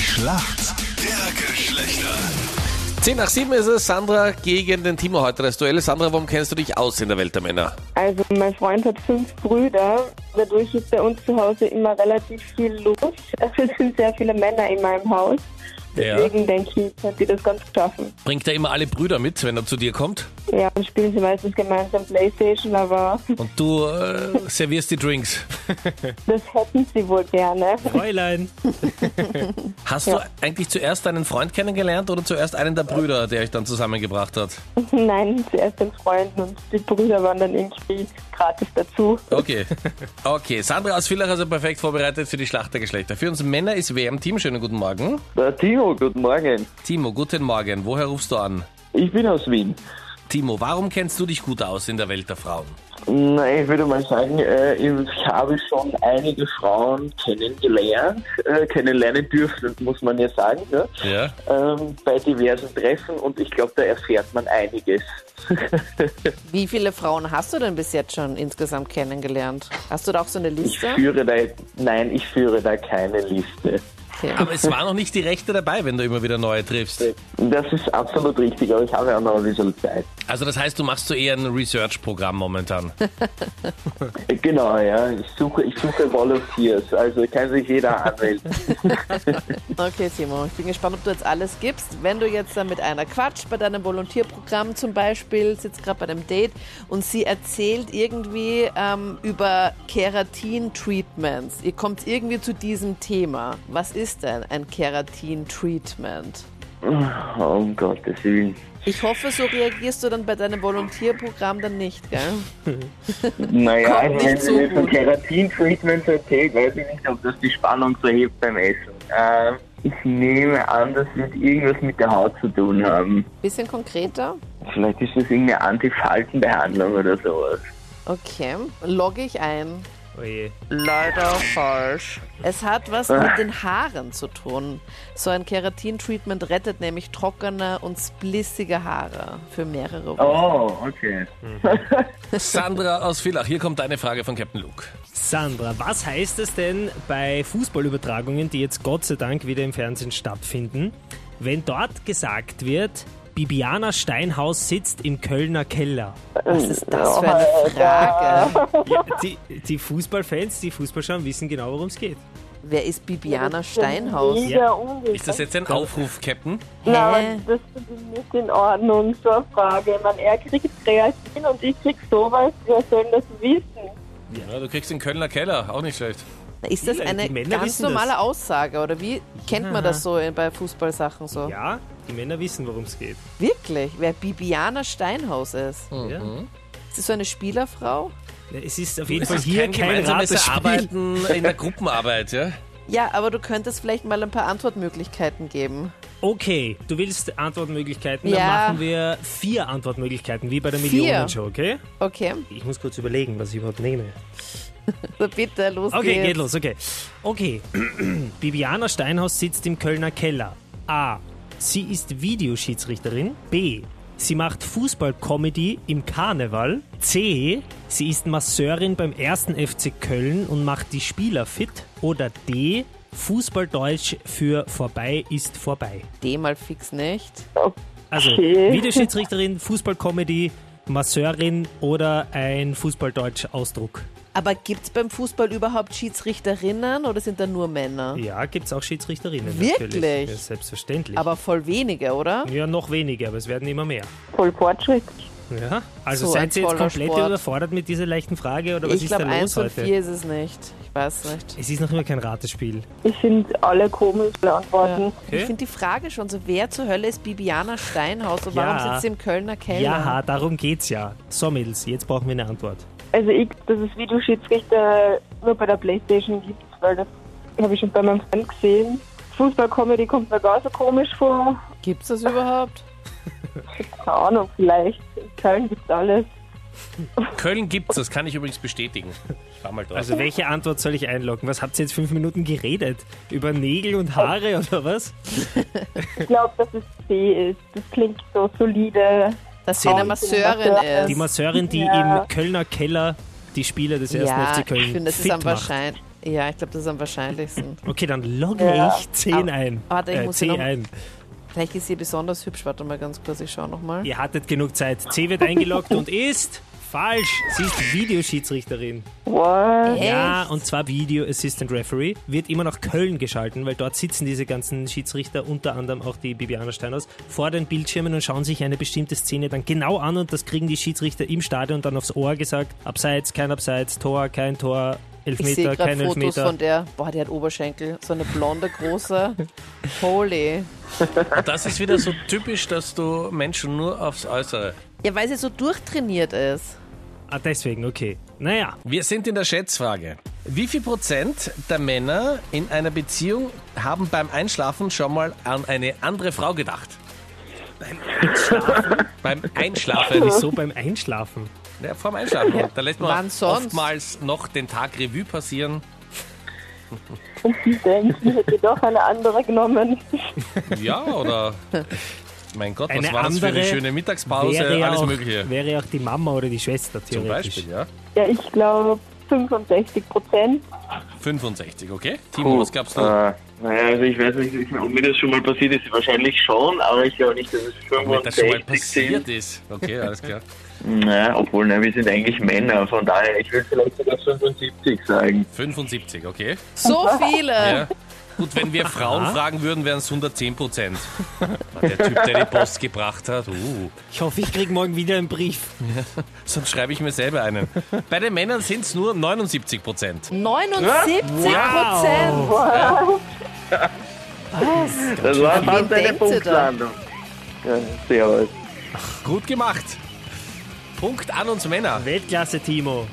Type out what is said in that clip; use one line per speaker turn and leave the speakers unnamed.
Schlacht der Geschlechter.
10 nach 7 ist es Sandra gegen den Timo heute das Duell. Sandra, warum kennst du dich aus in der Welt der Männer?
Also mein Freund hat fünf Brüder, dadurch ist bei uns zu Hause immer relativ viel los. Also es sind sehr viele Männer in meinem Haus.
Ja.
Deswegen denke ich, dass die das ganz gut schaffen.
Bringt er immer alle Brüder mit, wenn er zu dir kommt?
Ja, dann spielen sie meistens gemeinsam Playstation, aber
Und du äh, servierst die Drinks.
das hätten sie wohl gerne.
Fräulein.
Hast du eigentlich zuerst deinen Freund kennengelernt oder zuerst einen der Brüder, der euch dann zusammengebracht hat?
Nein, zuerst den Freunden und die Brüder waren dann irgendwie gratis dazu.
Okay. Okay, Sandra aus Villach also perfekt vorbereitet für die Schlacht der Geschlechter. Für uns Männer ist wer im Team? Schönen guten Morgen.
Der Äh, Timo, guten Morgen.
Timo, guten Morgen. Woher rufst du an?
Ich bin aus Wien.
Timo, warum kennst du dich gut aus in der Welt der Frauen?
Na, Mm, ich würde mal sagen, äh, ich habe schon einige Frauen kennengelernt, äh, kennenlernen dürfen, muss man ja sagen, ne?
Ja.
ähm, bei diversen Treffen und ich glaube, da erfährt man einiges.
Wie viele Frauen hast du denn bis jetzt schon insgesamt kennengelernt? Hast du da auch so eine
Ich
Liste?
führe da, nein, ich führe da keine Liste.
Okay.
Aber es war noch nicht die Rechte dabei, wenn du immer wieder neue triffst.
Das ist absolut richtig, aber ich habe ja noch ein bisschen Zeit.
Also das heißt, du machst so eher ein Research-Programm momentan.
Äh, Genau, ja, ich suche, ich suche Volunteers, also kann sich jeder anmelden.
okay, Timo, ich bin gespannt, ob du jetzt alles gibst. Wenn du jetzt dann mit einer quatscht, bei deinem Volontierprogramm zum Beispiel, sitzt gerade bei einem Date und sie erzählt irgendwie ähm, über Keratin-Treatments. Ihr kommt irgendwie zu diesem Thema. Was ist denn ein Keratin-Treatment?
Oh, um Gottes Willen.
Ich hoffe, so reagierst du dann bei deinem Volontierprogramm dann nicht, gell?
Naja, also
Kommt
wenn
nicht so
sie mir von
gut.
Keratin-Treatments erzählt, weiß ich nicht, ob das die Spannung so hebt beim Essen. Ähm, ich nehme an, das wird irgendwas mit der Haut zu tun haben.
Bisschen konkreter?
Vielleicht ist das irgendeine Antifaltenbehandlung oder sowas.
Okay, logge ich ein.
Oje.
Leider falsch. Es hat was mit den Haaren zu tun. So ein Keratin-Treatment rettet nämlich trockene und splissige Haare für mehrere Wochen.
Oh, okay.
Sandra aus Villach, hier kommt deine Frage von Captain Luke.
Sandra, was heißt es denn bei Fußballübertragungen, die jetzt Gott sei Dank wieder im Fernsehen stattfinden, wenn dort gesagt wird, Bibiana Steinhaus sitzt im Kölner Keller?
Was ist das für eine Frage?
Ja, die, die Fußballfans, die Fußball schauen, wissen genau, worum es geht.
Wer ist Bibiana Steinhaus?
Ja.
Ja.
Ist das jetzt ein Aufruf, Oh, Captain?
Na, aber
Hä?
das finde ich nicht in Ordnung, so eine Frage. Man, er kriegt Kreatin und ich krieg sowas, wer soll das wissen?
Ja, du kriegst den Kölner Keller, auch nicht schlecht.
Ist das
Die
eine
Männer
ganz
wissen das.
normale Aussage oder wie kennt man
Ja.
das so in- bei Fußballsachen so?
Ja, die Männer wissen, worum es geht.
Wirklich? Wer Bibiana Steinhaus ist?
Ja?
Ist das so eine Spielerfrau?
Es ist auf jeden
Mhm. Es
Fall
ist
hier
kein
kein
gemeinsames
Ratespiel.
Arbeiten in der Gruppenarbeit, ja?
Ja, aber du könntest vielleicht mal ein paar Antwortmöglichkeiten geben.
Okay, du willst Antwortmöglichkeiten, dann
Ja.
machen wir vier Antwortmöglichkeiten, wie bei der
Vier?
Millionenshow, okay?
Okay,
Ich muss kurz überlegen, was ich überhaupt nehme.
so bitte, los
Okay,
geht's.
geht los, okay. Okay. Bibiana Steinhaus sitzt im Kölner Keller. A. Sie ist Videoschiedsrichterin. B. Sie macht Fußball-Comedy im Karneval. C. Sie ist Masseurin beim ersten FC Köln und macht die Spieler fit. Oder D. Fußballdeutsch für vorbei ist vorbei.
D mal fix nicht.
Also
Okay.
Videoschiedsrichterin, Fußball-Comedy, Masseurin oder ein Fußballdeutsch-Ausdruck.
Aber gibt's beim Fußball überhaupt Schiedsrichterinnen oder sind da nur Männer?
Ja, gibt's auch Schiedsrichterinnen. Natürlich.
Wirklich?
Ja, selbstverständlich.
Aber voll wenige, oder?
Ja, noch weniger, aber es werden immer mehr.
Voll Fortschritt.
Ja. Also
So ein
seid ihr jetzt
toller
komplett
Sport.
überfordert mit dieser leichten Frage oder was
ich
ist da
glaube,
los
1 und
heute?
4 ist es nicht. Ich weiß nicht.
Es ist noch immer kein Ratespiel.
Ich finde alle komisch, die Antworten.
Okay.
Ich finde die Frage schon so, wer zur Hölle ist Bibiana Steinhaus und warum
Ja.
sitzt sie im Kölner Keller?
Ja, darum geht's ja. So, Mädels, jetzt brauchen wir eine Antwort.
Also ich, dass es Videoschiedsrichter nur bei der Playstation gibt, weil das habe ich schon bei meinem Freund gesehen. Fußball-Comedy kommt mir gar so komisch vor.
Gibt's das überhaupt?
Keine Ahnung, vielleicht. In Köln gibt's alles.
Köln gibt's, das kann ich übrigens bestätigen. Ich war mal dort.
Also, welche Antwort soll ich einloggen? Was habt ihr jetzt fünf Minuten geredet? Über Nägel und
Oh.
Haare oder was?
Ich glaube, dass es C ist. Das klingt so solide.
Dass sie eine
Oh, ich bin
Masseurin
Masseurin.
ist.
Die Masseurin, die
Ja.
im Kölner Keller die Spieler des ersten
ja,
FC Köln
ich finde, das
fit
ist am
macht.
wahrscheinlich. Ja, ich glaube, das ist am wahrscheinlichsten.
Okay, dann logge
Ja.
ich 10
Ah,
ein.
warte, ich muss
C
hier noch-
ein.
Vielleicht ist sie besonders hübsch. Warte mal ganz kurz, ich schaue nochmal.
Ihr hattet genug Zeit. C wird eingeloggt und ist falsch. Sie ist Videoschiedsrichterin.
What?
Ja, und zwar Video Assistant Referee. Wird immer nach Köln geschalten, weil dort sitzen diese ganzen Schiedsrichter, unter anderem auch die Bibiana Steinhaus, vor den Bildschirmen und schauen sich eine bestimmte Szene dann genau an und das kriegen die Schiedsrichter im Stadion dann aufs Ohr gesagt. Abseits, kein Abseits, Tor, kein Tor,
Ich sehe
Elfmeter,
gerade
kein
Fotos
Elfmeter.
von der. Boah, die hat Oberschenkel. So eine blonde, große. Holy.
Und das ist wieder so typisch, dass du Menschen nur aufs Äußere.
Ja, weil sie so durchtrainiert ist.
ah, deswegen, okay. Naja,
Wir sind in der Schätzfrage. Wie viel Prozent der Männer in einer Beziehung haben beim Einschlafen schon mal an eine andere Frau gedacht? Beim Einschlafen? beim Einschlafen.
so beim Einschlafen.
Ja, vorm Einschlafen. Da lässt man
Wann sonst?
oftmals noch den Tag Revue passieren.
Ich denke, ich hätte doch eine andere genommen.
Ja, oder... Mein Gott, was
Eine
war das für eine
andere
schöne Mittagspause?
wäre, ja
Alles
auch,
Mögliche.
wäre ja auch die Mama oder die Schwester theoretisch.
Zum Beispiel, ja.
Ja, ich glaube 65 Prozent.
65, okay? Timo, was glaubst du?
Äh, naja, also ich weiß nicht, ob mir das schon mal passiert ist. Wahrscheinlich schon, aber ich glaube nicht, dass es
Wenn das schon mal
65
passiert
sind.
ist. Okay, alles klar.
Naja, obwohl, ne, wir sind eigentlich Männer, von daher, ich würde vielleicht sogar 75 sagen.
75, okay.
So viele.
Ja. Gut, wenn wir Frauen fragen würden, wären es 110 Prozent. Der Typ, der die Post gebracht hat. Uh.
Ich hoffe, ich kriege morgen wieder einen Brief.
Sonst schreibe ich mir selber einen. Bei den Männern sind es nur 79 Prozent.
79 Prozent.
Das war fast eine
denkt sie da?
Punktlandung. Ja, servus.
Gut gemacht. Punkt an uns Männer.
Weltklasse, Timo.